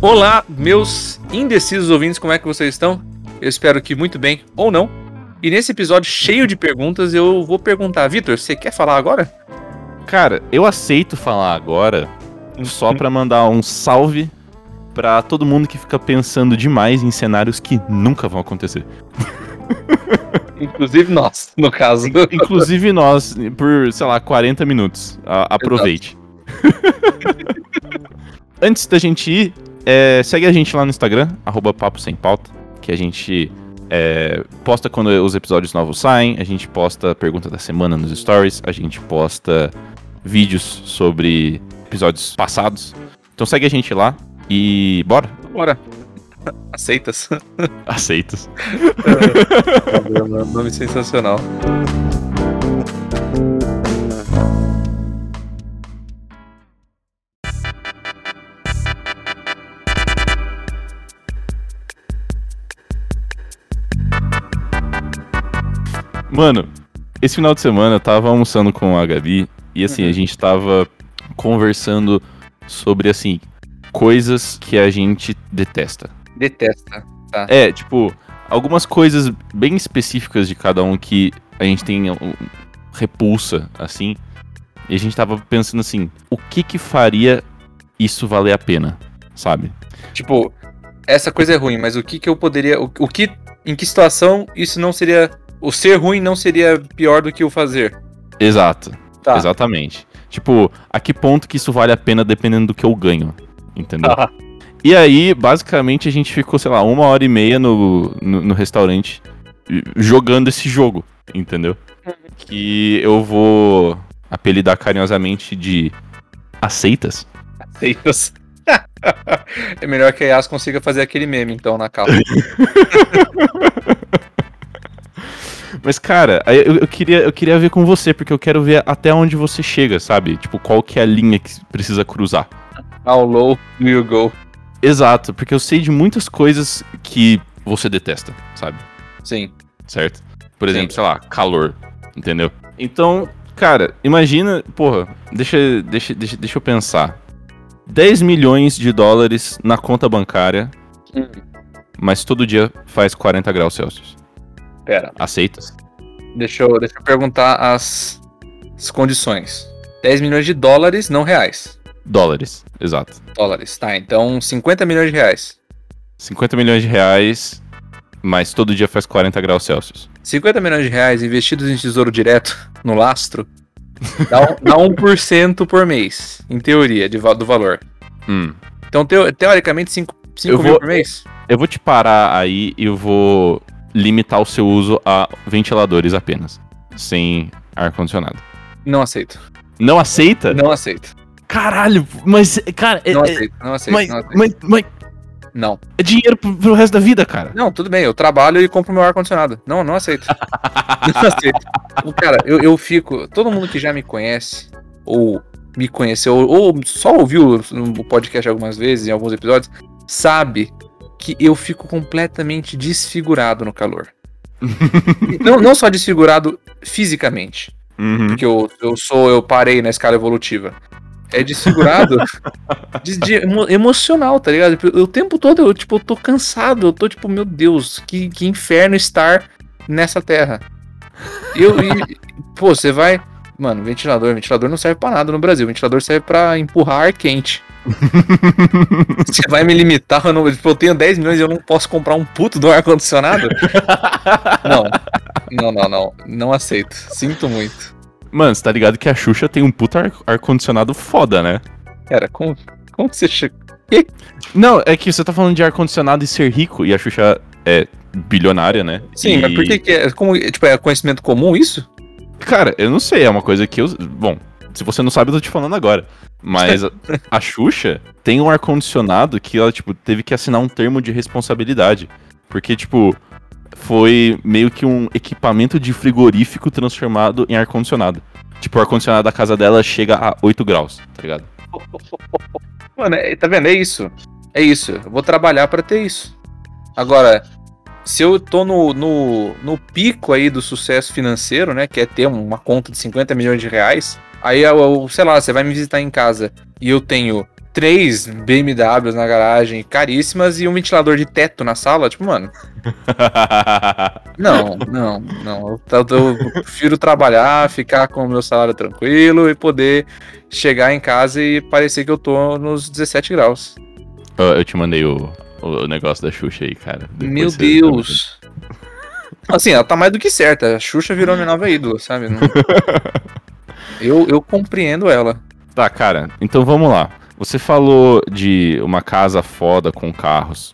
Olá, meus indecisos ouvintes, como é que vocês estão? Eu espero que muito bem ou não. E nesse episódio cheio de perguntas, eu vou perguntar, Vitor, você quer falar agora? Cara, eu aceito falar agora só pra mandar um salve pra todo mundo que fica pensando demais em cenários que nunca vão acontecer. Inclusive nós, no caso. Inclusive nós, por, sei lá, 40 minutos. A- aproveite. Antes da gente ir, é, segue a gente lá no Instagram, arroba papo sem pauta, que a gente é, posta quando os episódios novos saem, a gente posta a pergunta da semana nos stories, a gente posta vídeos sobre episódios passados. Então segue a gente lá e bora, Bora. Aceitas? aceitas. É um Nome sensacional. Mano, esse final de semana eu tava almoçando com a Gabi e assim, Uhum. a gente tava conversando sobre assim, coisas que a gente detesta. Detesta. É, tipo, algumas coisas bem específicas de cada um que a gente tem um, repulsa, assim. E a gente tava pensando assim, o que que faria isso valer a pena, sabe? Tipo, essa coisa é ruim, mas o que que eu poderia. O, o que. Em que situação isso não seria. O ser ruim não seria pior do que o fazer. Exato, Tá. exatamente. Tipo, a que ponto que isso vale a pena dependendo do que eu ganho, entendeu? Tá. E aí, basicamente, a gente ficou, sei lá, uma hora e meia no, no, no restaurante e- jogando esse jogo, entendeu? Que eu vou apelidar carinhosamente de aceitas. Aceitas. é melhor que a Yas consiga fazer aquele meme, então, na capa. Mas, cara, aí eu, eu queria, eu queria ver com você, porque eu quero ver até onde você chega, sabe? Tipo, qual que é a linha que precisa cruzar. How low do you go? Exato, porque eu sei de muitas coisas que você detesta, sabe? Sim. certo? Por Sim. exemplo, sei lá, calor, entendeu? Então, cara, imagina, porra, deixa, deixa, deixa, deixa eu pensar. 10 milhões de dólares na conta bancária, mas todo dia faz 40 graus Celsius. Pera. Aceitas? Deixa eu, deixa eu perguntar as, as condições. 10 milhões de dólares, não reais. Dólares, exato. Dólares, tá. Então, 50 milhões de reais. 50 milhões de reais, mas todo dia faz 40 graus Celsius. 50 milhões de reais investidos em tesouro direto, no lastro, dá, um, dá 1% por mês, em teoria, de, va- do valor. Hum. Então, teo- teoricamente, 5, Eu mil vou- por mês? Eu vou te parar aí e eu vou limitar o seu uso a ventiladores apenas, sem ar-condicionado. Não aceito. Não aceita? Não aceito. Caralho, mas, cara, é, Não é- aceito. Não aceito. mas, Não, aceito. mas, mas não. é dinheiro pro, pro resto da vida, cara. Não, tudo bem, eu trabalho e compro meu ar-condicionado. Não, não aceito. não aceito. Cara, eu, eu fico. Todo mundo que já me conhece, ou me conheceu, ou só ouviu o podcast algumas vezes, em alguns episódios, sabe que eu fico completamente desfigurado no calor. não, não só desfigurado fisicamente, Uhum. porque eu, eu sou, eu parei na escala evolutiva. É desfigurado de, de emo- emocional, tá ligado? Eu- O tempo todo eu, tipo, eu tô cansado, eu tô tipo, meu Deus, que, que inferno estar nessa terra. Eu, e, pô, você vai. Mano, ventilador, ventilador não serve pra nada no Brasil. Ventilador serve pra empurrar ar quente. Você vai me limitar? Eu, não, tipo, eu tenho 10 milhões e eu não posso comprar um puto do ar-condicionado? Não. Não, não, não. Não aceito. Sinto muito. Mano, você tá ligado que a Xuxa tem um puta ar- ar-condicionado foda, né? Cara, como, como que você chegou? Não, é que você tá falando de ar-condicionado e ser rico, e a Xuxa é bilionária, né? Sim, E- mas por que, que é. Como, tipo, é conhecimento comum isso? Cara, eu não sei, é uma coisa que eu... Bom, se você não sabe, eu tô te falando agora. Mas a, a Xuxa tem um ar-condicionado que ela, tipo, teve que assinar um termo de responsabilidade. Porque, tipo, foi meio que um equipamento de frigorífico transformado em ar-condicionado. Tipo, o ar-condicionado da casa dela chega a 8 graus, tá ligado? Mano, é- tá vendo? É isso. É isso. Eu vou trabalhar pra ter isso. Agora, se eu tô no, no, no pico aí do sucesso financeiro, né? Que é ter uma conta de 50 milhões de reais. Aí, eu, eu- sei lá, você vai me visitar em casa e eu tenho três BMWs na garagem caríssimas e um ventilador de teto na sala. Tipo, mano, não, não, não. Eu, eu- eu prefiro trabalhar, ficar com o meu salário tranquilo e poder chegar em casa e parecer que eu tô nos 17 graus. Ó, eu te mandei o, o negócio da Xuxa aí, cara. Depois Meu você- tá Deus. Assim, ela tá mais do que certa. A Xuxa virou minha nova ídola, sabe? Não- Eu, eu compreendo ela. Tá, cara, então vamos lá. Você falou de uma casa foda com carros.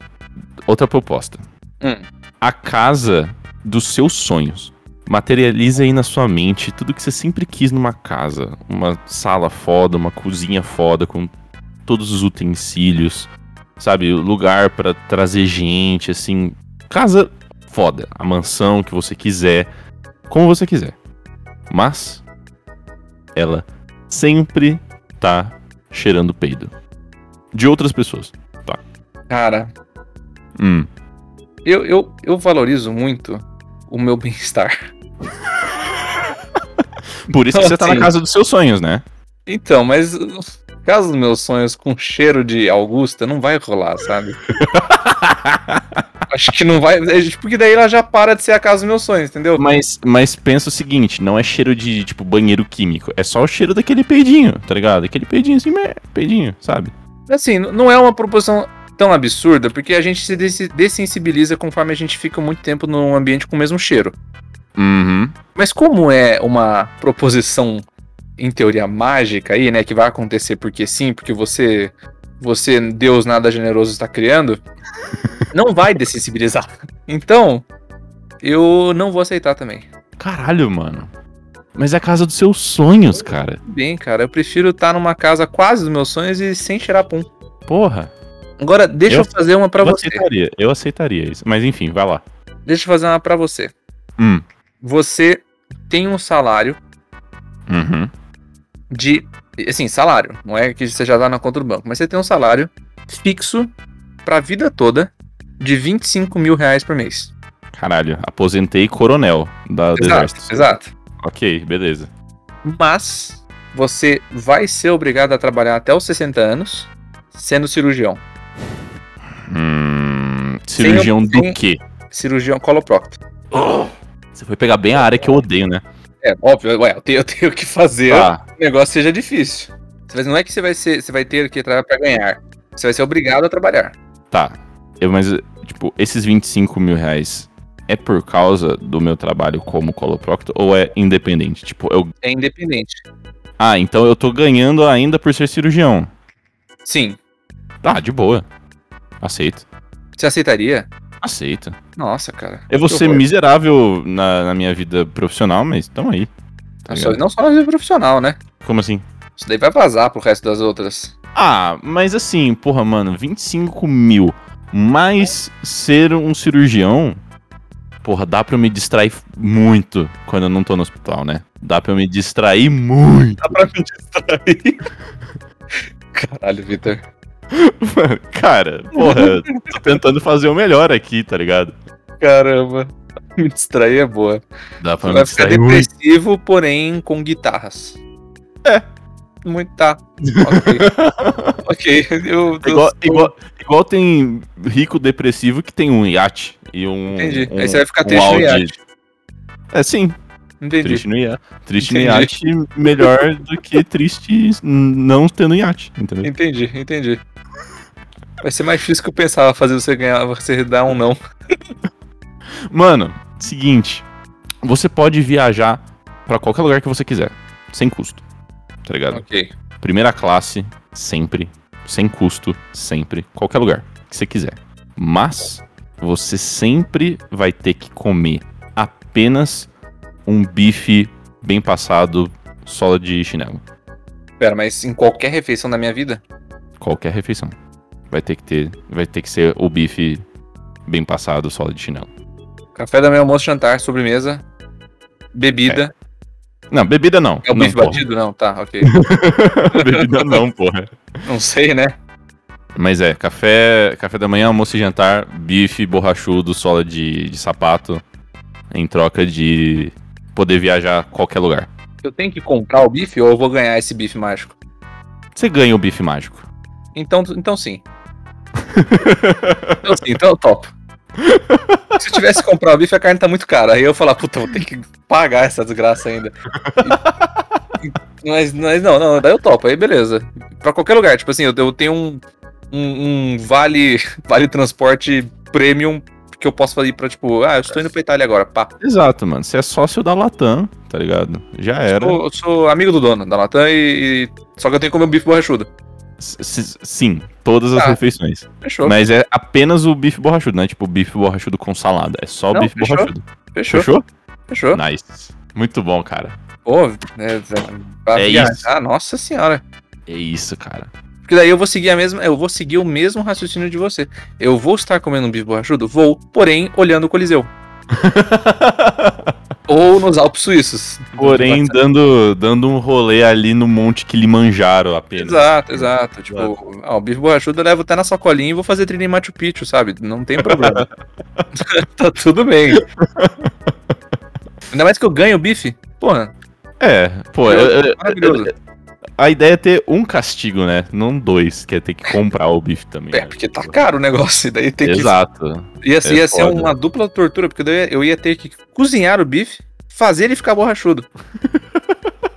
Outra proposta. Hum. A casa dos seus sonhos. Materializa aí na sua mente tudo que você sempre quis numa casa. Uma sala foda, uma cozinha foda, com todos os utensílios. Sabe, lugar pra trazer gente, assim. Casa foda. A mansão que você quiser. Como você quiser. Mas ela sempre tá cheirando peido. De outras pessoas. Cara, Hum. eu, eu, eu valorizo muito o meu bem-estar. Por isso que você tá na Sim. casa dos seus sonhos, né? Então, mas no caso dos meus sonhos com cheiro de Augusta, não vai rolar, sabe? Acho que não vai. é, tipo, Porque daí ela já para de ser a casa dos meus sonhos, entendeu? Mas, mas pensa o seguinte, não é cheiro de, tipo, banheiro químico. É só o cheiro daquele peidinho, tá ligado? Aquele peidinho assim, meh, peidinho, sabe? Assim, n- não é uma proposição tão absurda, porque a gente se des- dessensibiliza conforme a gente fica muito tempo num ambiente com o mesmo cheiro. Uhum. Mas como é uma proposição em teoria mágica aí, né, que vai acontecer porque sim, porque você você Deus nada generoso está criando, não vai dessensibilizar. Então, eu não vou aceitar também. Caralho, mano. Mas é a casa dos seus sonhos, cara. Tudo Bem, cara, eu prefiro estar numa casa quase dos meus sonhos e sem cheirar pum. Porra. Agora deixa eu, Eu- fazer uma pra eu você. aceitaria, eu aceitaria isso. Mas enfim, vai lá. Deixa eu fazer uma pra você. Hum. você tem um salário Uhum. de. Assim, salário. Não é que você já dá na conta do banco, mas você tem um salário fixo pra vida toda de 25 mil reais por mês. Caralho, aposentei coronel da do Exato, exército. exato. Ok, beleza. Mas você vai ser obrigado a trabalhar até os 60 anos sendo cirurgião. Hum, cirurgião Sem- do quê? Cirurgião coloprocto. Você foi pegar bem a área que eu odeio, né? É, óbvio, ué, eu tenho, eu tenho que fazer Tá. o negócio seja difícil. Ah. Você vai- Não é que você vai ser, você vai ter que trabalhar pra ganhar. Você vai ser obrigado a trabalhar. Tá. Eu, mas, tipo, esses 25 mil reais é por causa do meu trabalho como coloprocto ou é independente? Tipo, eu. É independente. Ah, então eu tô ganhando ainda por ser cirurgião. Sim. Tá, de boa. Aceito. Você aceitaria? Aceito. Nossa, cara. Eu vou Que ser horror. miserável na, na minha vida profissional, mas tamo aí. Tá Só- ligado? não só na vida profissional, né? Como assim? Isso daí vai vazar pro resto das outras. Ah, mas assim, porra, mano, 25 mil mais ser um cirurgião, porra, dá pra eu me distrair muito quando eu não tô no hospital, né? Dá pra eu me distrair muito. Dá pra me distrair. Caralho, Vitor. Cara, porra, tô tentando fazer o melhor aqui, tá ligado? Caramba. Me distrair é boa. Dá Você pra eu me vai ficar distrair muito. depressivo, porém com guitarras. É. Muito tá. Ok. ok. Eu, eu- É Igual, igual, igual tem rico depressivo que tem um iate e um. Entendi. um- Aí você vai ficar um triste no Audi. iate. É, sim. Entendi. Triste no iate. Triste no iate, Entendi. melhor do que triste não tendo iate, entendeu? Entendi, entendi. Vai ser mais difícil que eu pensava fazer você ganhar, você dar um não. Mano, seguinte. Você pode viajar pra qualquer lugar que você quiser, sem custo. Tá ligado? Ok. Primeira classe, sempre. Sem custo, sempre. Qualquer lugar que você quiser. Mas você sempre vai ter que comer apenas um bife bem passado, sola de chinelo. Pera, mas em qualquer refeição da minha vida? qualquer refeição. Vai ter que ter, vai ter que ser o bife bem passado, sola de chinelo. Café da manhã, almoço, jantar, sobremesa, bebida. Não, bebida não. É, o não, bife porra. batido? Não, tá, ok. bebida não, porra. Não sei, né? Mas é, café, café da manhã, almoço e jantar, bife borrachudo, sola de, de sapato, em troca de poder viajar a qualquer lugar. Eu tenho que comprar o bife ou eu vou ganhar esse bife mágico? Você ganha o bife mágico. Então, então sim. então sim, então eu topo. Se eu tivesse que comprar o bife, a carne tá muito cara. Aí eu ia falar, puta, vou ter que pagar essa desgraça ainda. E- mas, mas não, não, daí eu topo, aí beleza. Pra qualquer lugar, tipo assim, eu, eu tenho um, um, um vale, vale transporte premium que eu posso fazer pra, tipo, ah, eu estou indo pra Itália agora, pá. Exato, mano. Você é sócio da Latam, tá ligado? Já era. Eu, eu sou amigo do dono da Latam e, e- Só que eu tenho que comer um bife borrachudo. S- s- Sim, todas as Ah, refeições. Fechou, Mas é apenas o bife borrachudo, não é tipo bife borrachudo com salada. É só Não, bife fechou. borrachudo. fechou, Fechou? fechou. Nice. Muito bom, cara. Pô, né, velho, pra É viajar, isso. nossa senhora. É isso, cara. Porque daí eu vou seguir a mesma, eu vou seguir o mesmo raciocínio de você. Eu vou estar comendo um bife borrachudo? Vou, porém, olhando o Coliseu. Ou nos Alpes Suíços. Porém, dando, dando um rolê ali no Monte Kilimanjaro apenas. Exato, exato. Tipo, ah, o bife borrachudo eu levo até na sacolinha e vou fazer trilha em Machu Picchu, sabe? Não tem problema. tá tudo bem. Ainda mais que eu ganho o bife. Porra, É, pô, eu- eu- maravilhoso. é, a ideia é ter um castigo, né? Não dois, que é ter que comprar o bife também. né? Tipo, É, porque tá caro o negócio, e daí tem que Exato. Ia, É assim, ia ser foda. uma dupla tortura, porque daí eu ia ter que cozinhar o bife, fazer ele ficar borrachudo.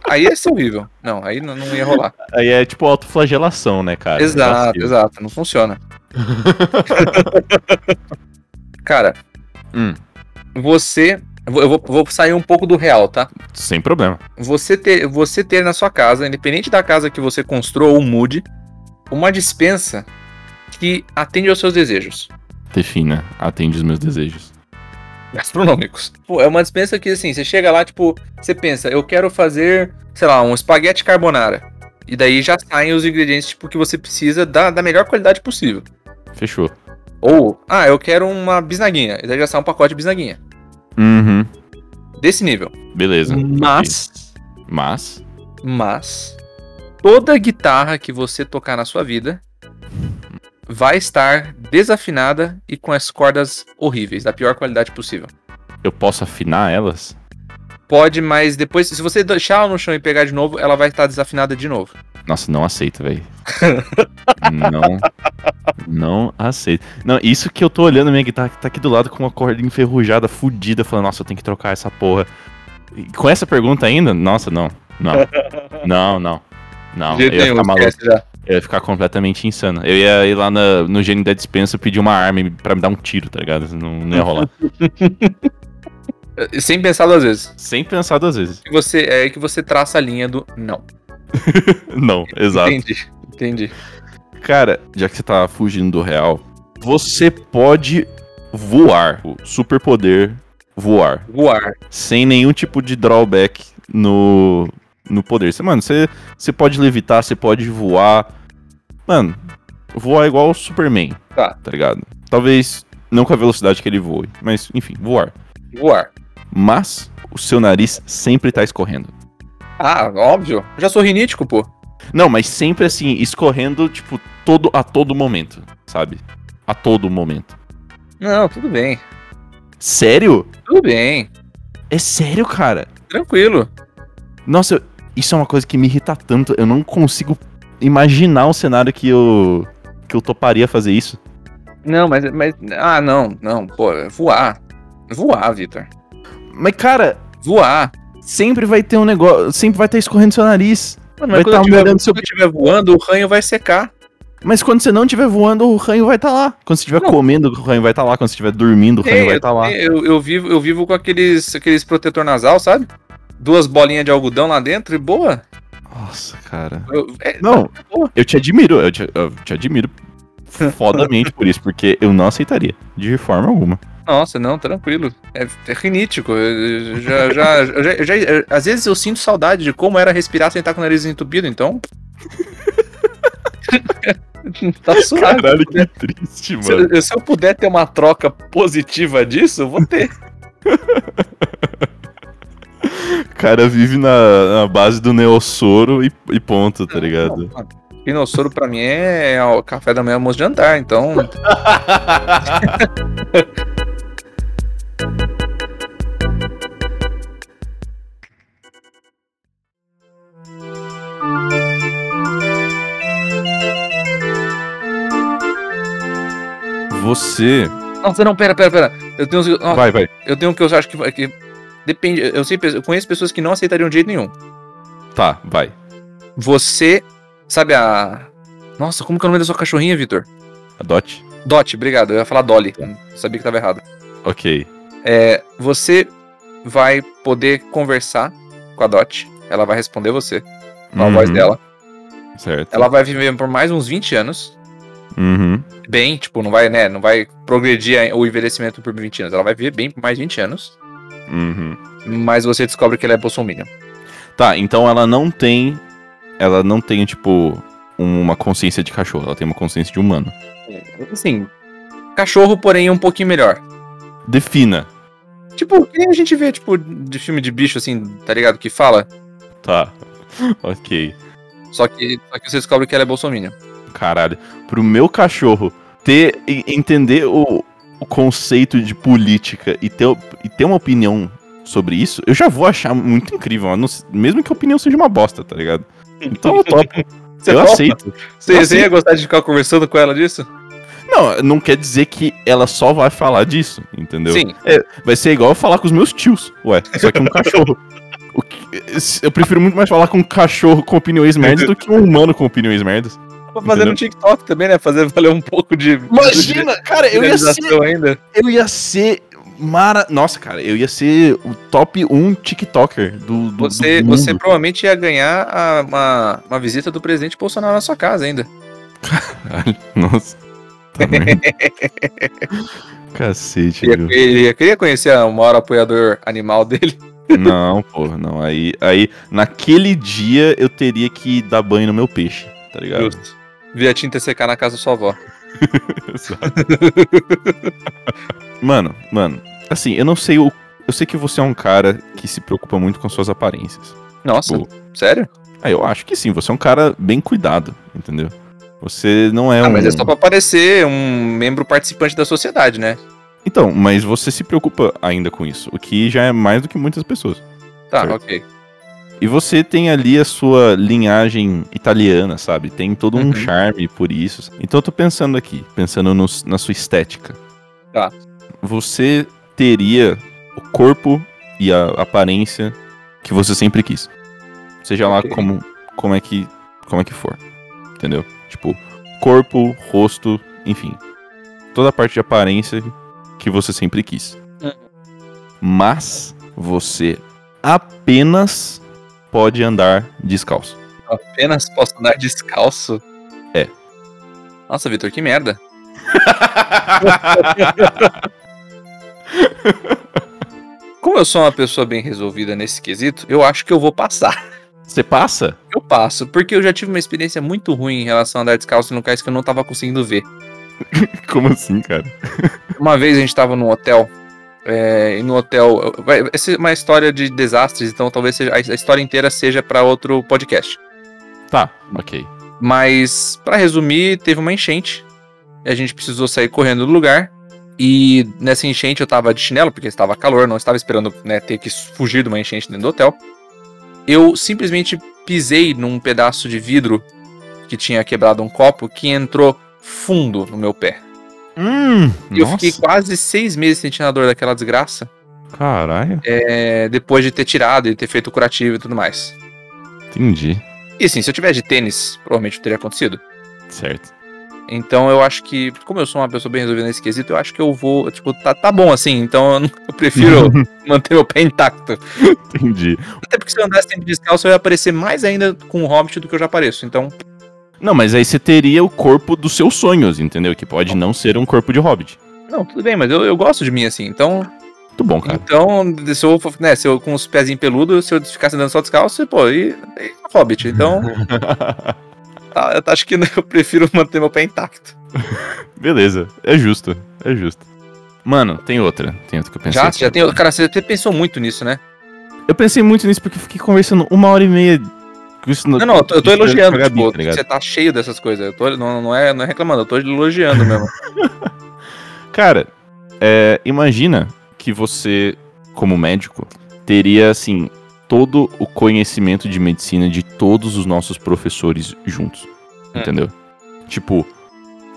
aí ia ser horrível. Não, aí não, não ia rolar. Aí é tipo autoflagelação, né, cara? exato, Vacilo. exato. Não funciona. Cara, Hum. você. Eu vou- eu vou, vou sair um pouco do real, tá? Sem problema. Você ter, você ter na sua casa, independente da casa que você construa ou mude, uma dispensa que atende aos seus desejos. Defina, né? atende os meus desejos. gastronômicos. Pô, é uma dispensa que, assim, você chega lá, tipo, você pensa, eu quero fazer, sei lá, um espaguete carbonara. E daí já saem os ingredientes, tipo, que você precisa da, da melhor qualidade possível. Fechou. Ou, ah, eu quero uma bisnaguinha. E daí já sai um pacote de bisnaguinha. Uhum. Desse nível. Beleza. Mas, Ok. Mas. mas, toda guitarra que você tocar na sua vida vai estar desafinada e com as cordas horríveis, da pior qualidade possível. Eu posso afinar elas? Pode, mas depois, se você deixar ela no chão e pegar de novo, ela vai estar desafinada de novo. Nossa, não aceito, velho. não. Não aceito. Não, isso que eu tô olhando minha guitarra que tá aqui do lado com uma corda enferrujada, fudida, falando, nossa, eu tenho que trocar essa porra. E com essa pergunta ainda? Nossa, não. Não. Não, não. Não, eu jeito ia nenhum, ficar maluco. esquece já. Eu ia ficar completamente insano. Eu ia ir lá na- no gênio da dispensa pedir uma arma e- pra me dar um tiro, tá ligado? Não, não ia rolar. Eh, Sem pensar duas vezes. Sem pensar duas vezes. Que você, é que você traça a linha do não. Não, exato. Entendi. Entendi. Cara, já que você tá fugindo do real, você pode voar. O superpoder voar. Voar. Sem nenhum tipo de drawback no, no poder. Você, mano, você, você pode levitar, você pode voar. Mano, voar é igual o Superman. Tá. Tá ligado? Talvez não com a velocidade que ele voe, mas enfim, voar. Voar. Mas o seu nariz sempre tá escorrendo. Ah, óbvio. Eu já sou rinítico, pô. Não, mas sempre assim, escorrendo, tipo, todo, a todo momento, sabe? A todo momento. Não, tudo bem. Sério? Tudo bem. É sério, cara? Tranquilo. Nossa, eu- isso é uma coisa que me irrita tanto. Eu não consigo imaginar um cenário que eu que eu toparia fazer isso. Não, mas. mas ah, não, não. Pô, é voar. Voar, Vitor. Mas cara, Voar. sempre vai ter um negócio, sempre vai estar escorrendo seu nariz. Mano, mas Vai é quando, tá eu tiver, molhando seu quando eu tiver voando, o ranho vai secar. Mas quando você não estiver voando, o ranho vai estar lá. Quando você estiver Não. comendo, o ranho vai estar lá. Quando você estiver dormindo, o ranho Ei, vai eu estar lá. Eu, eu vivo, eu vivo com aqueles, aqueles protetor nasal, sabe? Duas bolinhas de algodão lá dentro e boa. Nossa, cara. Eu, é, Não, Boa. eu te admiro, eu te, eu te admiro fodamente por isso, porque eu não aceitaria, de forma alguma. Nossa, não, tranquilo. É, é rinítico. Eu- eu já, já, eu já, eu já- eu- às vezes eu sinto saudade de como era respirar sem estar com o nariz entupido, então. tá suave. Caralho, que triste, Se eu, se eu puder ter uma troca positiva disso, eu vou ter. O cara vive na, na base do neossoro e, e ponto, tá ligado? Não, mano, Dinossauro pra mim é ó, café da manhã, almoço de jantar, então. Você. Nossa, não, pera, pera, pera. Eu tenho, uns- ó, Vai, vai. eu tenho um que eu acho que, vai- que. Depende. Eu, sei, pe- eu conheço pessoas que não aceitariam de jeito nenhum. Tá, vai. Você. Sabe a. Nossa, como que é o nome da sua cachorrinha, Vitor? Adote. Dot, obrigado. Eu ia falar Dolly. Tá. Sabia que tava errado. Ok. É, você vai poder conversar com a Dot. Ela vai responder você, na Uhum, voz dela. Certo. Ela vai viver por mais uns 20 anos. Uhum. Bem, tipo, não vai, né? Não vai progredir o envelhecimento por 20 anos. Ela vai viver bem por mais 20 anos. Uhum. Mas você descobre que ela é bolsominion. Tá, então ela não tem. Ela não tem, tipo, um- uma consciência de cachorro. Ela tem uma consciência de humano. É, Assim, cachorro, porém, um pouquinho melhor. Defina. Tipo, que nem a gente vê, tipo, de filme de bicho, assim, tá ligado? Que fala. Tá. ok. Só que, só que você descobre que ela é bolsominion. Caralho. Pro meu cachorro ter. e- entender o, o conceito de política e ter, e ter uma opinião sobre isso, eu já vou achar muito incrível. a não ser- mesmo que a opinião seja uma bosta, tá ligado? Então eu topo. eu topa? aceito. Você, você Eu ia aceito. gostar de ficar conversando com ela disso? Não, não quer dizer que ela só vai falar disso, entendeu? Sim. Vai ser igual eu falar com os meus tios, ué, só que um cachorro. O que- eu prefiro muito mais falar com um cachorro com opiniões merdas do que um humano com opiniões merdas. Tô fazendo um Entendeu? TikTok também, né? Fazer valer um pouco de. cara, de viralização ainda. Eu ia ser. Mara... Nossa, cara, eu ia ser o top 1 TikToker do, do, Você, do mundo. você provavelmente ia ganhar a- uma, uma visita do presidente Bolsonaro na sua casa ainda. Caralho, nossa. Tá merda. Cacete, Ele, viu? ia- ele ia- queria conhecer o maior apoiador animal dele. Não, pô, não. Aí, aí, naquele dia eu teria que dar banho no meu peixe, tá ligado? Justo. Via a tinta secar na casa da sua avó. mano, mano, assim, eu não sei o. Eu sei que você é um cara que se preocupa muito com suas aparências. Nossa, Boa. sério? Ah, eu acho que sim, você é um cara bem cuidado, entendeu? Você não é Ah, um. mas é só pra parecer um membro participante da sociedade, né? Então, mas você se preocupa ainda com isso, o que já é mais do que muitas pessoas. Tá, Certo. ok. E você tem ali a sua linhagem italiana, sabe? Tem todo um Uhum. charme por isso. Então eu tô pensando aqui, pensando no- na sua estética. Tá. Você teria o corpo e a aparência que você sempre quis. Seja Ok. lá como, como é que como é que for. Entendeu? Tipo, corpo, rosto, enfim. Toda a parte de aparência que você sempre quis. Uhum. Mas você apenas pode andar descalço. Apenas posso andar descalço? É. Nossa, Vitor, que merda. Como eu sou uma pessoa bem resolvida nesse quesito, eu acho que eu vou passar. Você passa? Eu passo, porque eu já tive uma experiência muito ruim em relação a andar descalço em locais que eu não tava conseguindo ver. Como assim, cara? Uma vez a gente tava num hotel. é, e no hotel. vai- Essa é uma história de desastres, então talvez seja- a a história inteira seja pra outro podcast. Tá, ok. Mas, pra resumir, teve uma enchente. E a gente precisou sair correndo do lugar. E nessa enchente eu tava de chinelo, porque estava calor, não estava esperando né, ter que fugir de uma enchente dentro do hotel. Eu simplesmente pisei num pedaço de vidro que tinha quebrado um copo que entrou fundo no meu pé. Hum, E eu fiquei quase seis meses sentindo a dor daquela desgraça. Caralho, é, depois de ter tirado e ter feito o curativo e tudo mais. entendi. E assim, se eu tivesse de tênis, provavelmente teria acontecido. Certo. Então eu acho que, como eu sou uma pessoa bem resolvida nesse quesito, eu acho que eu vou, tipo, tá, tá bom assim, então eu, não- eu prefiro manter meu pé intacto. Entendi. Até porque se eu andasse sempre descalço, eu ia aparecer mais ainda com o Hobbit do que eu já apareço. Então, Não, mas aí você teria o corpo dos seus sonhos, entendeu? Que pode não ser um corpo de hobbit. não, tudo bem, mas eu, eu gosto de mim assim. Então, Muito bom, cara. então se, eu, for- né, se eu com os pezinhos peludos, se eu ficasse andando só descalço, pô, e, e Hobbit. Então, tá, eu acho que eu prefiro manter meu pé intacto. Beleza, é justo, é justo. Mano, tem outra. Tem outra que eu pensei. Já, aqui. já tem. Cara, você até pensou muito nisso, né? Eu pensei muito nisso porque eu fiquei conversando uma hora e meia que isso Não, não, eu tô, eu tô isso é elogiando, jogar tipo, bem, tá ligado? você tá cheio dessas coisas. Eu tô, não, não, é, não é reclamando, eu tô elogiando mesmo. Cara, é, imagina que você, como médico, teria, assim, todo o conhecimento de medicina de todos os nossos professores juntos. Hum. Entendeu? Tipo,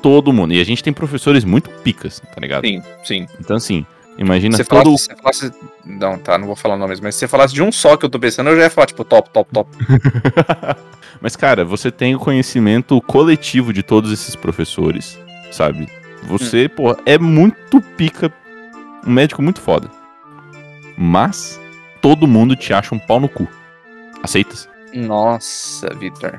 todo mundo. E a gente tem professores muito picas, tá ligado? sim, sim. Então, assim, imagina Se você, todo. falasse, se você falasse. Não, tá, não vou falar nomes, mas se você falasse de um só que eu tô pensando, eu já ia falar, tipo, top, top, top. Mas, cara, você tem o conhecimento coletivo de todos esses professores, sabe? Você, pô, é muito pica, um médico muito foda. Mas, todo mundo te acha um pau no cu. Aceitas? Nossa, Victor.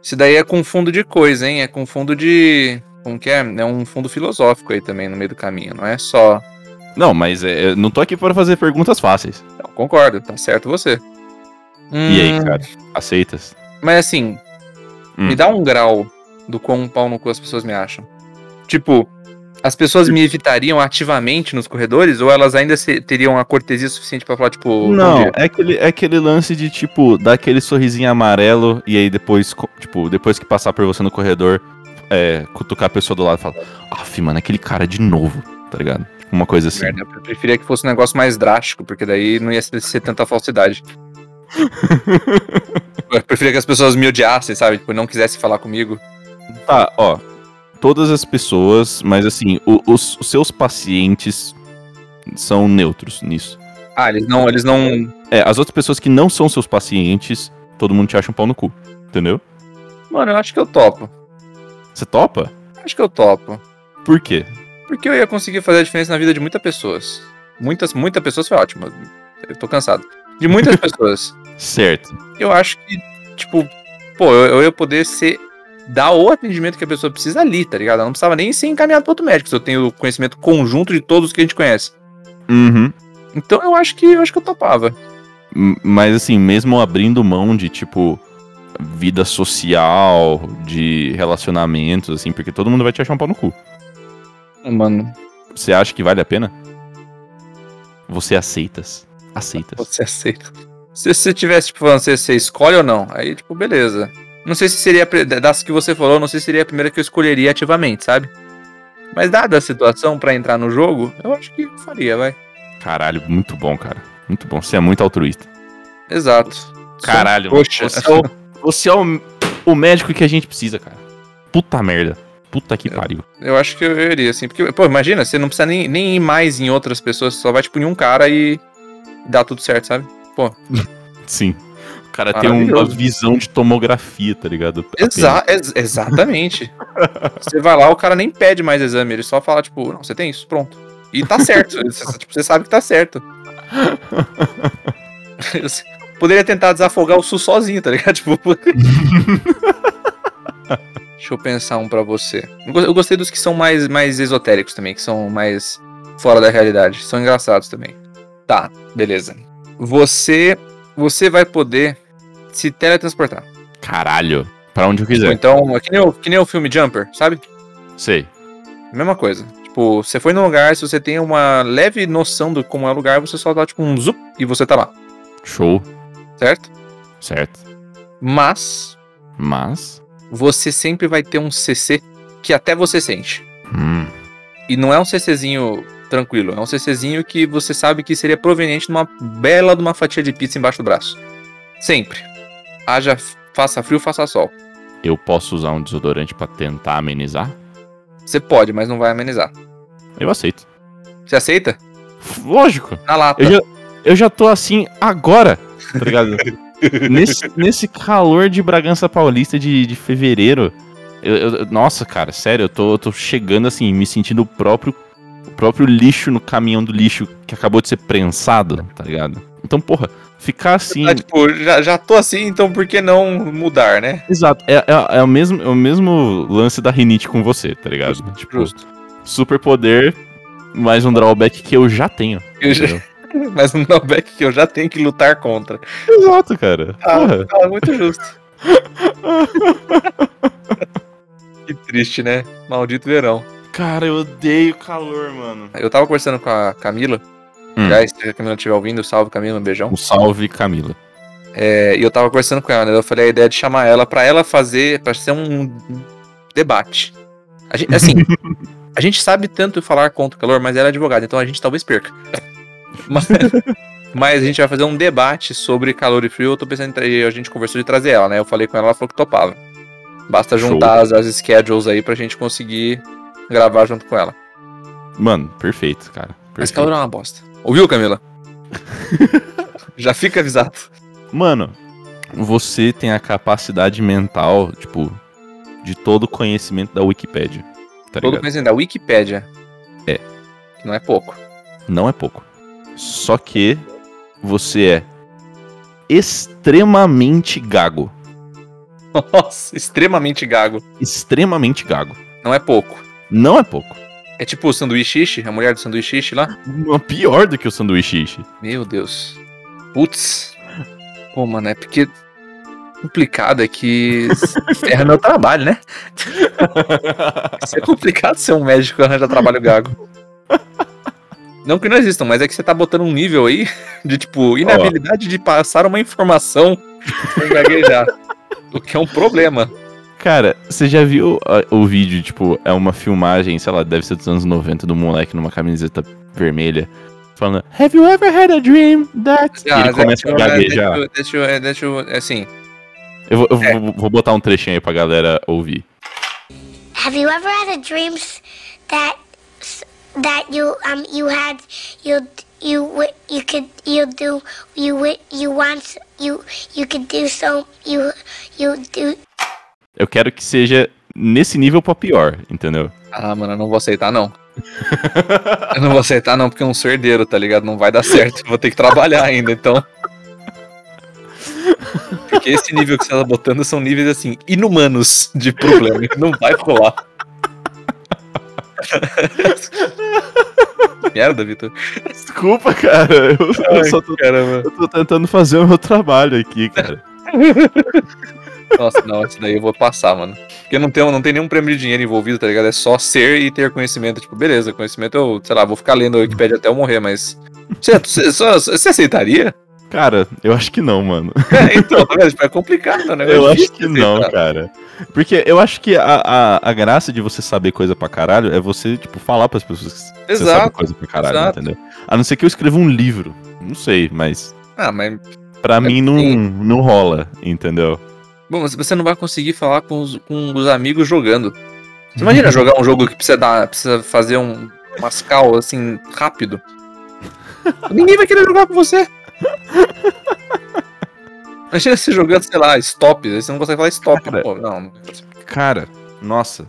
Isso daí é com fundo de coisa, hein? É com fundo de. Como que é? É um fundo filosófico aí também no meio do caminho. Não é só. Não, mas é, eu não tô aqui para fazer perguntas fáceis. Não, concordo, tá certo você. E Hum, aí, cara, aceitas? Mas assim, Hum. me dá um grau do quão um pau no cu as pessoas me acham. Tipo, as pessoas me evitariam ativamente nos corredores ou elas ainda se- teriam a cortesia suficiente pra falar, tipo, bom Não, dia? é aquele, é aquele lance de, tipo, dar aquele sorrisinho amarelo e aí depois, co- tipo, depois que passar por você no corredor, é, cutucar a pessoa do lado e falar, af, mano, aquele cara de novo, tá ligado? Tipo, Uma coisa assim. Merda, eu preferia que fosse um negócio mais drástico, porque daí não ia ser- ser tanta falsidade. eu preferia que as pessoas me odiassem, sabe? Tipo, não quisessem falar comigo. Tá, ó, todas as pessoas, mas assim, o- os, os seus pacientes são neutros nisso. Ah, eles não, eles não. É, as outras pessoas que não são seus pacientes, todo mundo te acha um pau no cu, entendeu? Mano, eu acho que eu topo. Você topa? Acho que eu topo. Por quê? Porque eu ia conseguir fazer a diferença na vida de muitas pessoas. Muitas, muitas pessoas foi ótimo. Eu tô cansado. De muitas pessoas. Certo. Eu acho que, tipo, pô, eu, eu ia poder ser. dar o atendimento que a pessoa precisa ali, tá ligado? Ela não precisava nem ser encaminhada pra outro médico, se eu tenho o conhecimento conjunto de todos que a gente conhece. Uhum. Então eu acho que eu acho que eu topava. M- Mas assim, mesmo abrindo mão de tipo vida social, de relacionamentos, assim, porque todo mundo vai te achar um pau no cu. Mano, Você acha que vale a pena? Você aceitas. Aceitas. você aceita. Se você tivesse, tipo, falando, você, você escolhe ou não, aí, tipo, beleza. Não sei se seria, a pri- das que você falou, não sei se seria a primeira que eu escolheria ativamente, sabe? Mas dada a situação pra entrar no jogo, eu acho que eu faria, vai. Caralho, muito bom, cara. Muito bom. Você é muito altruísta. Exato. Caralho, mano. Poxa. Você é, o, você é o, o médico que a gente precisa, cara. Puta merda. Puta que Eu- pariu. Eu acho que eu iria, assim. Porque, pô, imagina, você não precisa nem, nem ir mais em outras pessoas, você só vai, tipo, em um cara e dá tudo certo, sabe? Sim. O cara tem um- uma Maravilhoso. visão de tomografia, tá ligado? Apenas. Exa ex- exatamente. você vai lá, o cara nem pede mais exame, ele só fala, tipo, não, você tem isso, pronto. E tá certo. você, tipo, você sabe que tá certo. Você Poderia tentar desafogar o SUS sozinho, tá ligado? Tipo. Deixa eu pensar um pra você. Eu go- Eu gostei dos que são mais, mais esotéricos também, que são mais fora da realidade. São engraçados também. Tá, beleza. Você. Você vai poder se teletransportar. Caralho. Pra onde eu Ou quiser. então, é que nem, o, que nem o filme Jumper, sabe? Sei. Mesma coisa. Tipo, você foi num lugar, se você tem uma leve noção do como é o lugar, você só dá tipo um zup e você tá lá, Show. certo? Certo. Mas Mas. você sempre vai ter um CC que até você sente. Hum, E não é um CCzinho tranquilo, é um CCzinho que você sabe que seria proveniente de uma bela de uma fatia de pizza embaixo do braço. Sempre. Haja, faça frio, faça sol. eu posso usar um desodorante pra tentar amenizar? Você pode, mas não vai amenizar. Eu aceito. Você aceita? F- Lógico. Na lata. Eu já, eu já tô assim agora. Tá ligado? nesse, nesse calor de Bragança Paulista de, de fevereiro. eu- eu- nossa, cara, sério, eu tô, eu tô chegando assim, me sentindo o próprio, o próprio lixo no caminhão do lixo que acabou de ser prensado, tá ligado? Então, porra, ficar assim. Ah, tipo, já, já tô assim, então por que não mudar, né? Exato, é, é, é o mesmo, é o mesmo lance da rinite com você, tá ligado? Tipo, Justo. superpoder, mais um drawback que eu já tenho. Eu já- entendeu? mas um drawback que eu já tenho que lutar contra. Exato, cara. Porra. Ah, muito justo. que triste, né? Maldito verão. Cara, eu odeio calor, mano. Eu tava conversando com a Camila. Hum. Aliás, se a Camila estiver ouvindo, salve Camila, um beijão. Um salve, Camila. É, e eu tava conversando com ela, né? Eu falei a ideia de chamar ela pra ela fazer, pra ser um debate. A gente- assim, a gente sabe tanto falar contra o calor, mas ela é advogada, então a gente talvez perca. Mas, mas a gente vai fazer um debate sobre calor e frio. Eu tô pensando em trazer, a gente conversou de trazer ela, né? Eu falei com ela, ela falou que topava. Basta Show. juntar as, as schedules aí pra gente conseguir gravar junto com ela. Mano, perfeito, cara. Mas Perfeito. calor é uma bosta. Ouviu, Camila? Já fica avisado. Mano, você tem a capacidade mental, tipo, de todo o conhecimento da Wikipédia. Tá Todo ligado? conhecimento da Wikipédia. É. Que Não é pouco. Não é pouco. Só que você é extremamente gago. Nossa, extremamente gago. Extremamente gago. Não é pouco. Não é pouco. É tipo o sanduíche ishi, a mulher do sanduíche ishi lá. Não, Pior do que o sanduíche ishi. Meu Deus. Putz. Pô, mano, é porque. Complicado é que. Ferra meu trabalho, né? Isso é complicado ser um médico e arranjar trabalho gago. Não que não existam, mas é que você tá botando um nível aí de, tipo, inabilidade de passar uma informação sem gaguejar. o que é um problema. Cara, você já viu ah, o vídeo, tipo, é uma filmagem, sei lá, deve ser dos anos 90, do moleque numa camiseta vermelha, falando Have you ever had a dream that... E ele Ah, começa deixa a eu- gaguejar. Deixa eu, deixa eu, deixa eu- assim, Eu, vou, eu vou- vou botar um trechinho aí pra galera ouvir. Have you ever had a dreams that that you um you had you you wi- you could you do you wi- you want you you could do so you you do Eu quero que seja nesse nível pra pior, entendeu? Ah, mano, eu não vou aceitar, não. eu não vou aceitar, não, porque é um sou herdeiro, tá ligado? Não vai dar certo. Eu vou ter que trabalhar ainda, então. Porque esse nível que você tá botando são níveis, assim, inumanos de problema. Não vai rolar. Merda, Vitor. Desculpa, cara, eu, eu só tô, Caramba. eu tô tentando fazer o meu trabalho aqui, cara. Nossa, não, esse daí eu vou passar, mano. Porque não tem, não tem nenhum prêmio de dinheiro envolvido, tá ligado? É só ser e ter conhecimento. Tipo, beleza, conhecimento eu, sei lá, vou ficar lendo a Wikipedia até eu morrer, mas. Você, você, só- você aceitaria? Cara, eu acho que não, mano. É, então, tá vendo? Tipo, é complicado, né? Eu acho que não, cara. Porque eu acho que a, a, a graça de você saber coisa pra caralho é você, tipo, falar pras pessoas que você Exato, sabe coisa pra caralho, exato. entendeu? A não ser que eu escreva um livro. Não sei, mas Ah, mas. pra mim não, sim. não rola, entendeu? Bom, mas você não vai conseguir falar com os, com os amigos jogando. Você imagina jogar um jogo que precisa dar. Precisa fazer um, umas cal assim, rápido. Ninguém vai querer jogar com você. Imagina você jogando, sei lá, stop. Aí você não consegue falar stop. Cara. Pô, não. Cara, nossa.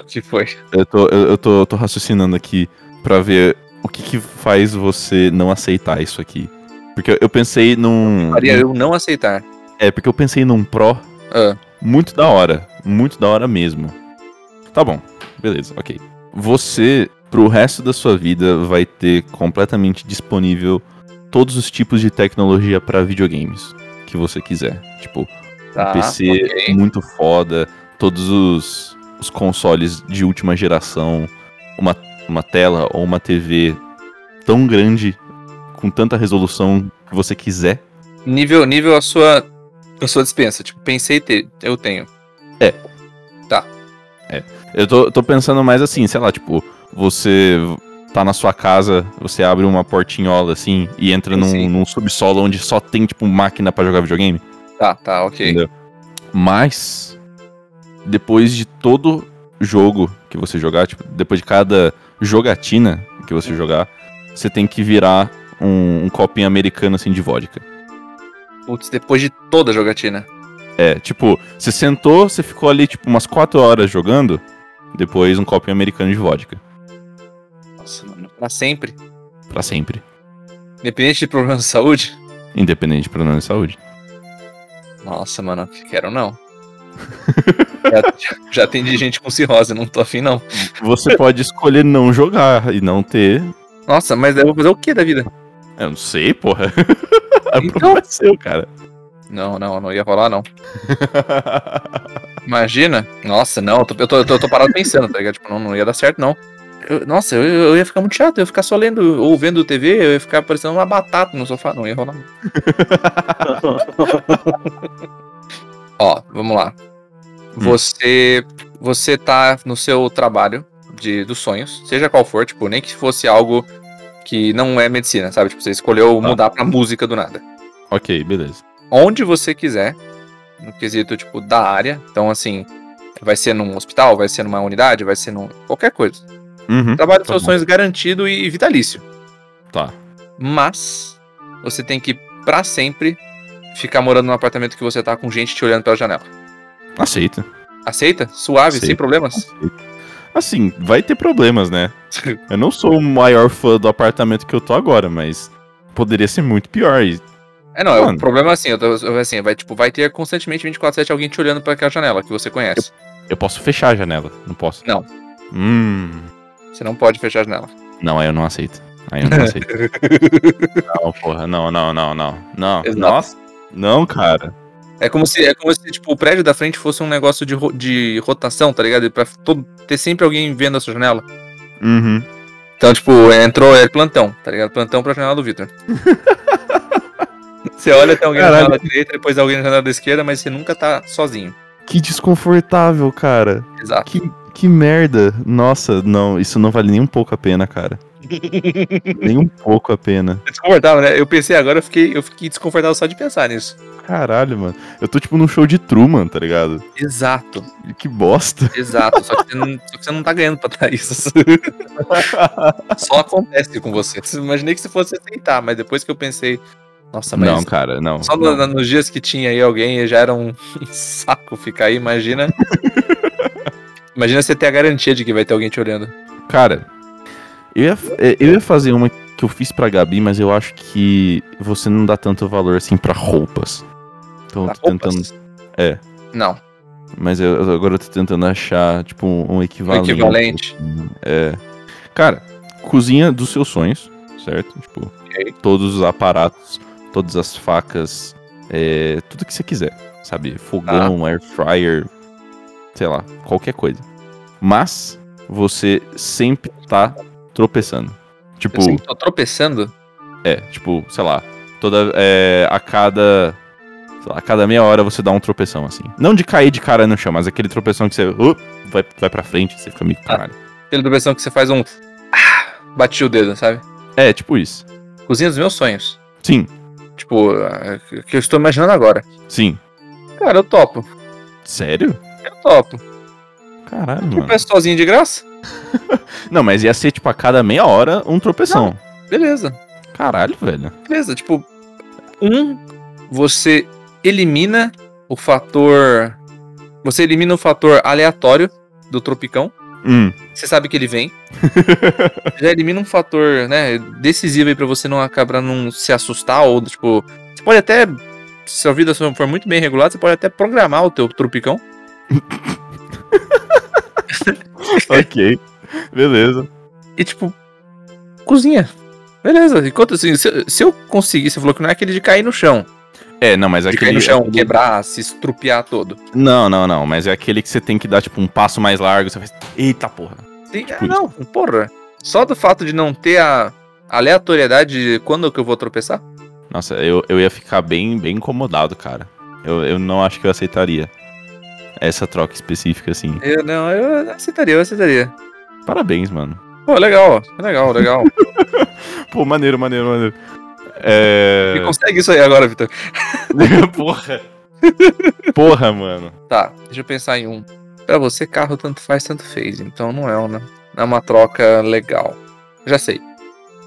O que foi? Eu tô, eu, eu tô, eu tô raciocinando aqui pra ver o que, que faz você não aceitar isso aqui. Porque eu, eu pensei num. Faria eu não aceitar. É, porque eu pensei num pró Ah, Muito da hora. Muito da hora mesmo. Tá bom. Beleza, ok. Você, pro resto da sua vida, vai ter completamente disponível todos os tipos de tecnologia pra videogames que você quiser. Tipo, tá. PC ok. muito foda, todos os, os consoles de última geração, uma, uma tela ou uma TV tão grande, com tanta resolução que você quiser. Nível, nível a sua. A sua dispensa. Tipo, pensei ter. Eu tenho. Eu tô, tô pensando mais assim, sei lá, tipo, você tá na sua casa, você abre uma portinhola assim e entra Sim, num, sim. num subsolo onde só tem, tipo, máquina pra jogar videogame. Tá, tá, ok. Entendeu? Mas, depois de todo jogo que você jogar, tipo, depois de cada jogatina que você jogar, você tem que virar um, um copinho americano assim de vodka. Putz, depois de toda a jogatina. É, tipo, você sentou, você ficou ali, tipo, umas 4 horas jogando, depois um copinho americano de vodka. Nossa, mano. Pra sempre. Pra sempre. Independente de problema de saúde. Independente de problema de saúde. Nossa, mano, quero não. já, já- já atendi gente com cirrose, não tô afim, não. Você pode escolher não jogar e não ter. Nossa, mas eu vou fazer o que da vida? Eu não sei, porra. É Então- problema seu, cara. Não, não, não ia rolar, não. Imagina. Nossa, não, eu tô, eu tô, eu tô- eu tô parado pensando, tá ligado? Tipo, não, não ia dar certo, não. eu- nossa, eu, eu ia ficar muito chato, eu ia ficar só lendo ou vendo TV, eu ia ficar parecendo uma batata no sofá, não ia rolar. Ó, vamos lá. Você você tá no seu trabalho de dos sonhos, seja qual for, tipo, nem que fosse algo que não é medicina, sabe? Tipo, você escolheu Tá. mudar pra música do nada. Ok, beleza. Onde você quiser, no quesito tipo da área. Então assim, vai ser num hospital, vai ser numa unidade, vai ser num qualquer coisa. Uhum. Trabalho dos Tá seus bom. sonhos garantido e vitalício. Tá. Mas você tem que pra sempre ficar morando num apartamento que você tá com gente te olhando pela janela. Aceito. Aceita? Suave, sem Aceito. problemas? Assim, vai ter problemas, né? Eu não sou o maior fã do apartamento que eu tô agora, mas poderia ser muito pior. e- É, não, é o Mano. problema é assim, eu tô- eu- assim, vai, tipo, vai ter constantemente 24-7 alguém te olhando pra aquela janela que você conhece. Eu posso fechar a janela, não posso? Não. Hum. Você não pode fechar a janela. Não, aí eu não aceito. Aí eu não aceito. não, porra, não, não, não, não. Não. Exato. Nossa. Não, cara. É como se, é como se tipo, o prédio da frente fosse um negócio de, ro- de rotação, tá ligado? Pra todo- ter sempre alguém vendo a sua janela. Uhum. Então, tipo, entrou, é plantão, tá ligado? Plantão pra janela do Victor. você olha, tem alguém Caralho. na janela da direita, depois alguém na janela da esquerda, mas você nunca tá sozinho. Que desconfortável, cara. Exato. Que, que merda. Nossa, não, isso não vale nem um pouco a pena, cara. nem um pouco a pena. Desconfortável, né? Eu pensei agora, eu fiquei, eu fiquei desconfortável só de pensar nisso. Caralho, mano. Eu tô tipo num show de Truman, tá ligado? Exato. Que bosta. Exato, só que, você não, só que você não tá ganhando pra Thaís. só acontece com você. Eu Imaginei que você fosse aceitar, mas depois que eu pensei, nossa, Ah, mas Não, cara, não. só no- não. nos dias que tinha aí alguém já era um saco ficar aí, imagina. imagina você ter a garantia de que vai ter alguém te olhando. Cara, eu ia, é, eu ia fazer uma que eu fiz pra Gabi, mas eu acho que você não dá tanto valor assim pra roupas. Então eu Tá? tô tentando. Opas. é. Não, Mas eu, eu- agora eu tô tentando achar, tipo, um um o equivalente. equivalente. É. Cara, cozinha dos seus sonhos, certo? Tipo, todos os aparatos, todas as facas, é, tudo que você quiser, sabe? Fogão, air fryer, sei lá, qualquer coisa. Mas você sempre tá tropeçando. Tipo, Eu sempre tô tropeçando. é, tipo, sei lá, toda é, a cada sei lá, a cada meia hora você dá um tropeção assim. Não de cair de cara no chão, mas aquele tropeção que você uh, vai vai para frente, você fica meio caralho. Aquela tropeção que você faz um. ah, Bati o dedo, sabe? É, tipo isso. Cozinha dos meus sonhos. Sim, Tipo, ah, que eu estou imaginando agora. sim. Cara, eu topo. Sério? Eu topo. Caralho, mano. Tropeço sozinho de graça? Não, mas ia ser, tipo, a cada meia hora um tropeção. Beleza. Caralho, velho. Beleza. Tipo, um, você elimina o fator. Você elimina o fator aleatório do tropicão. Hum. Você sabe que ele vem. Já elimina um fator, né, decisivo aí pra você não acabar não se assustar ou, tipo. Você pode até. Se a vida for muito bem regulada, você pode até programar o teu tropicão. ok. Beleza. E tipo, cozinha. Beleza. Enquanto assim, se, se eu conseguir, você falou que não é aquele de cair no chão. É, não, mas de aquele. cair no chão, quebrar, se estrupiar todo. Não, não, não. Mas é aquele que você tem que dar, tipo, um passo mais largo. Você faz. Eita porra. Sim, Tipo ah, não, porra. Só do fato de não ter a aleatoriedade de quando que eu vou tropeçar? Nossa, eu, eu ia ficar bem, bem incomodado, cara. Eu, eu não acho que eu aceitaria essa troca específica, assim. Eu não, eu aceitaria, eu aceitaria. Parabéns, mano. Pô, legal, legal, legal. Pô, maneiro, maneiro, maneiro. É. Você consegue isso aí agora, Vitor. porra. porra, mano. Tá, deixa eu pensar em um. Pra você, carro tanto faz, tanto fez. Então não é uma, não é uma troca legal. Já sei.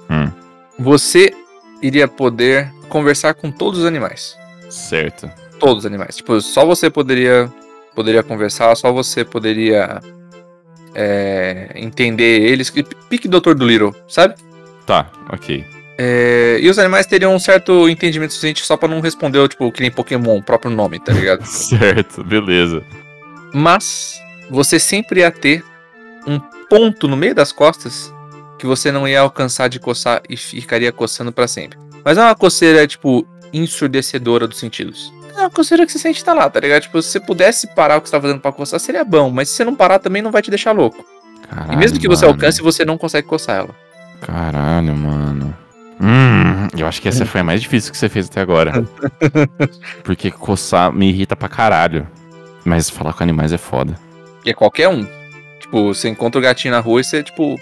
Hum. Você iria poder conversar com todos os animais. Certo. Todos os animais. Tipo, só você poderia, poderia conversar, só você poderia é, entender eles. Pique Doutor do Little, sabe? Tá, ok. É, e os animais teriam um certo entendimento suficiente só pra não responder, tipo, que nem Pokémon, o próprio nome, tá ligado? Certo, beleza. mas você sempre ia ter um ponto no meio das costas que você não ia alcançar de coçar e ficaria coçando pra sempre. Mas não é uma coceira, tipo, ensurdecedora dos sentidos. É uma coceira que você sente tá lá, tá ligado? Tipo, se você pudesse parar o que você tá fazendo pra coçar, seria bom, mas se você não parar também não vai te deixar louco. Caralho, E mesmo que você alcance, você não consegue coçar ela. Caralho, mano. Hum, eu acho que essa foi a mais difícil que você fez até agora. Porque coçar me irrita pra caralho. Mas falar com animais é foda. E é qualquer um. Tipo, você encontra o gatinho na rua e você, tipo,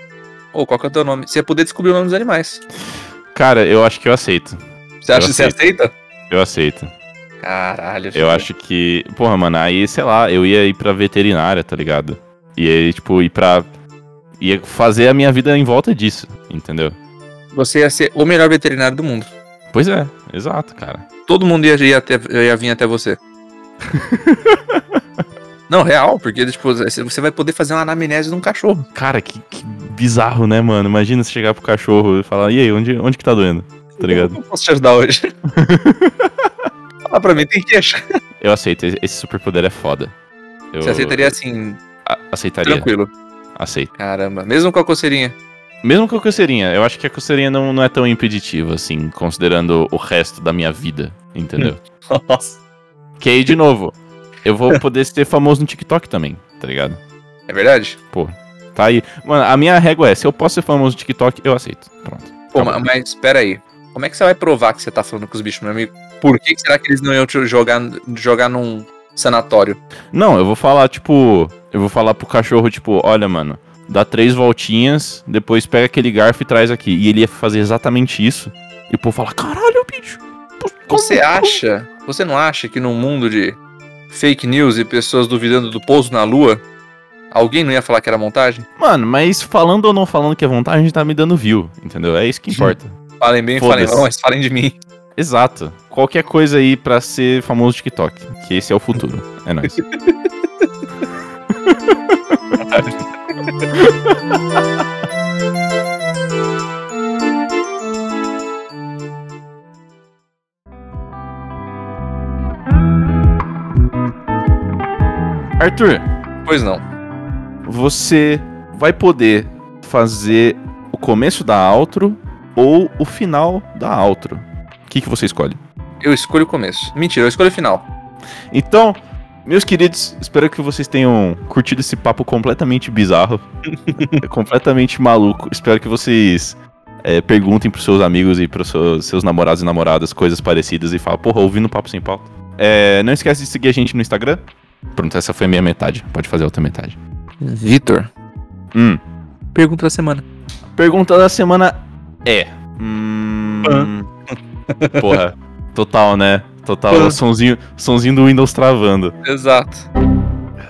ô, qual que é o teu nome? Você ia poder descobrir o nome dos animais. Cara, eu acho que eu aceito. Você acha Eu que você aceita? Eu aceito. Caralho, Eu acho que. Porra, mano, aí, sei lá, eu ia ir pra veterinária, tá ligado? E aí, tipo, ir pra. Ia fazer a minha vida em volta disso, entendeu? Você ia ser o melhor veterinário do mundo. Pois é, exato, cara. Todo mundo ia, ia, até- ia vir até você. não, real, porque tipo, você vai poder fazer uma anamnese de um cachorro. Cara, que, que bizarro, né, mano? Imagina você chegar pro cachorro e falar, e aí, onde, onde que tá doendo? Tá ligado? Eu posso te ajudar hoje. Fala Ah, pra mim, tem queixa. Eu aceito, esse esse superpoder é foda. Eu Você aceitaria assim, a- aceitaria. tranquilo. Aceito. Caramba, mesmo com a coceirinha. Mesmo com a coceirinha, eu acho que a coceirinha não, não é tão impeditiva, assim, considerando o resto da minha vida, entendeu? Nossa. que aí, de novo, eu vou poder ser famoso no TikTok também, tá ligado? É verdade? Tá aí. Mano, a minha régua é, se eu posso ser famoso no TikTok, eu aceito. Pronto. Pô, Acabou. ma- mas espera aí. Como é que você vai provar que você tá falando com os bichos, meu amigo? Por que que será que eles não iam te jogar, jogar num sanatório? Não, eu vou falar, tipo. Eu vou falar pro cachorro, tipo, olha, mano, dá três voltinhas, depois pega aquele garfo e traz aqui. E ele ia fazer exatamente isso. E o povo fala, caralho, bicho. pô, como- Você acha? Você não acha que num mundo de fake news e pessoas duvidando do pouso na lua, alguém não ia falar que era montagem? Mano, mas falando ou não falando que é vontade, a gente tá me dando view, entendeu? É isso que importa. Falem bem, falem Foda-se. mal, mas falem de mim. Exato. Qualquer coisa aí pra ser famoso no TikTok. Que esse é o futuro. É nóis. Arthur, Pois não. você vai poder fazer o começo da outro ou o final da outro. O que, que você escolhe? Eu escolho o começo. Mentira, eu escolho o final. Então, meus queridos, espero que vocês tenham curtido esse papo completamente bizarro, é completamente maluco. Espero que vocês é, perguntem pros seus amigos e pros seus, seus namorados e namoradas coisas parecidas e falem, porra, ouvindo Papo Sem Pauta. É, não esquece de seguir a gente no Instagram. Pronto, essa foi a minha metade. Pode fazer a outra metade. Vitor, Hum. pergunta da semana. Pergunta da semana é. Hum, porra, total, né? Total, Hã? sonzinho, sonzinho do Windows travando. Exato.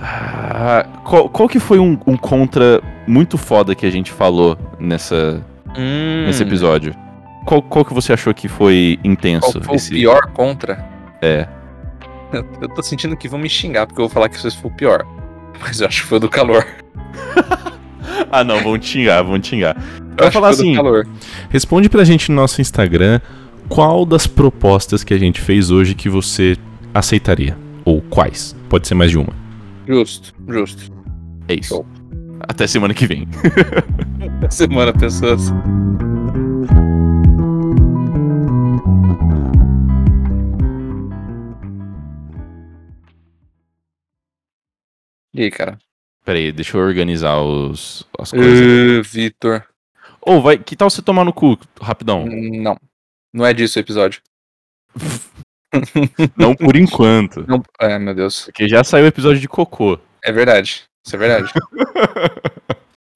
Ah, qual, qual que foi um, um contra muito foda que a gente falou nessa, Hum, nesse episódio? é Qual, qual que você achou que foi intenso? Qual foi esse- o pior contra? É. Eu, eu tô sentindo que vão me xingar, porque eu vou falar que isso foi o pior. Mas eu acho que foi o do calor. Ah, não, vão te xingar, vão te xingar. Eu Vai acho falar que foi assim, do calor. Responde pra gente no nosso Instagram qual das propostas que a gente fez hoje que você aceitaria. Ou quais. Pode ser mais de uma. Justo, justo. é isso. Show. Até semana que vem. Boa Semana, pessoas. E aí, cara? Peraí, deixa eu organizar os, as coisas. Uh, Vitor. Ou vai, que tal você tomar no cu, rapidão? Não. Não é disso o episódio. não por enquanto. Não... Ai, É, meu Deus. Porque já saiu o episódio de cocô. É verdade. Isso é verdade.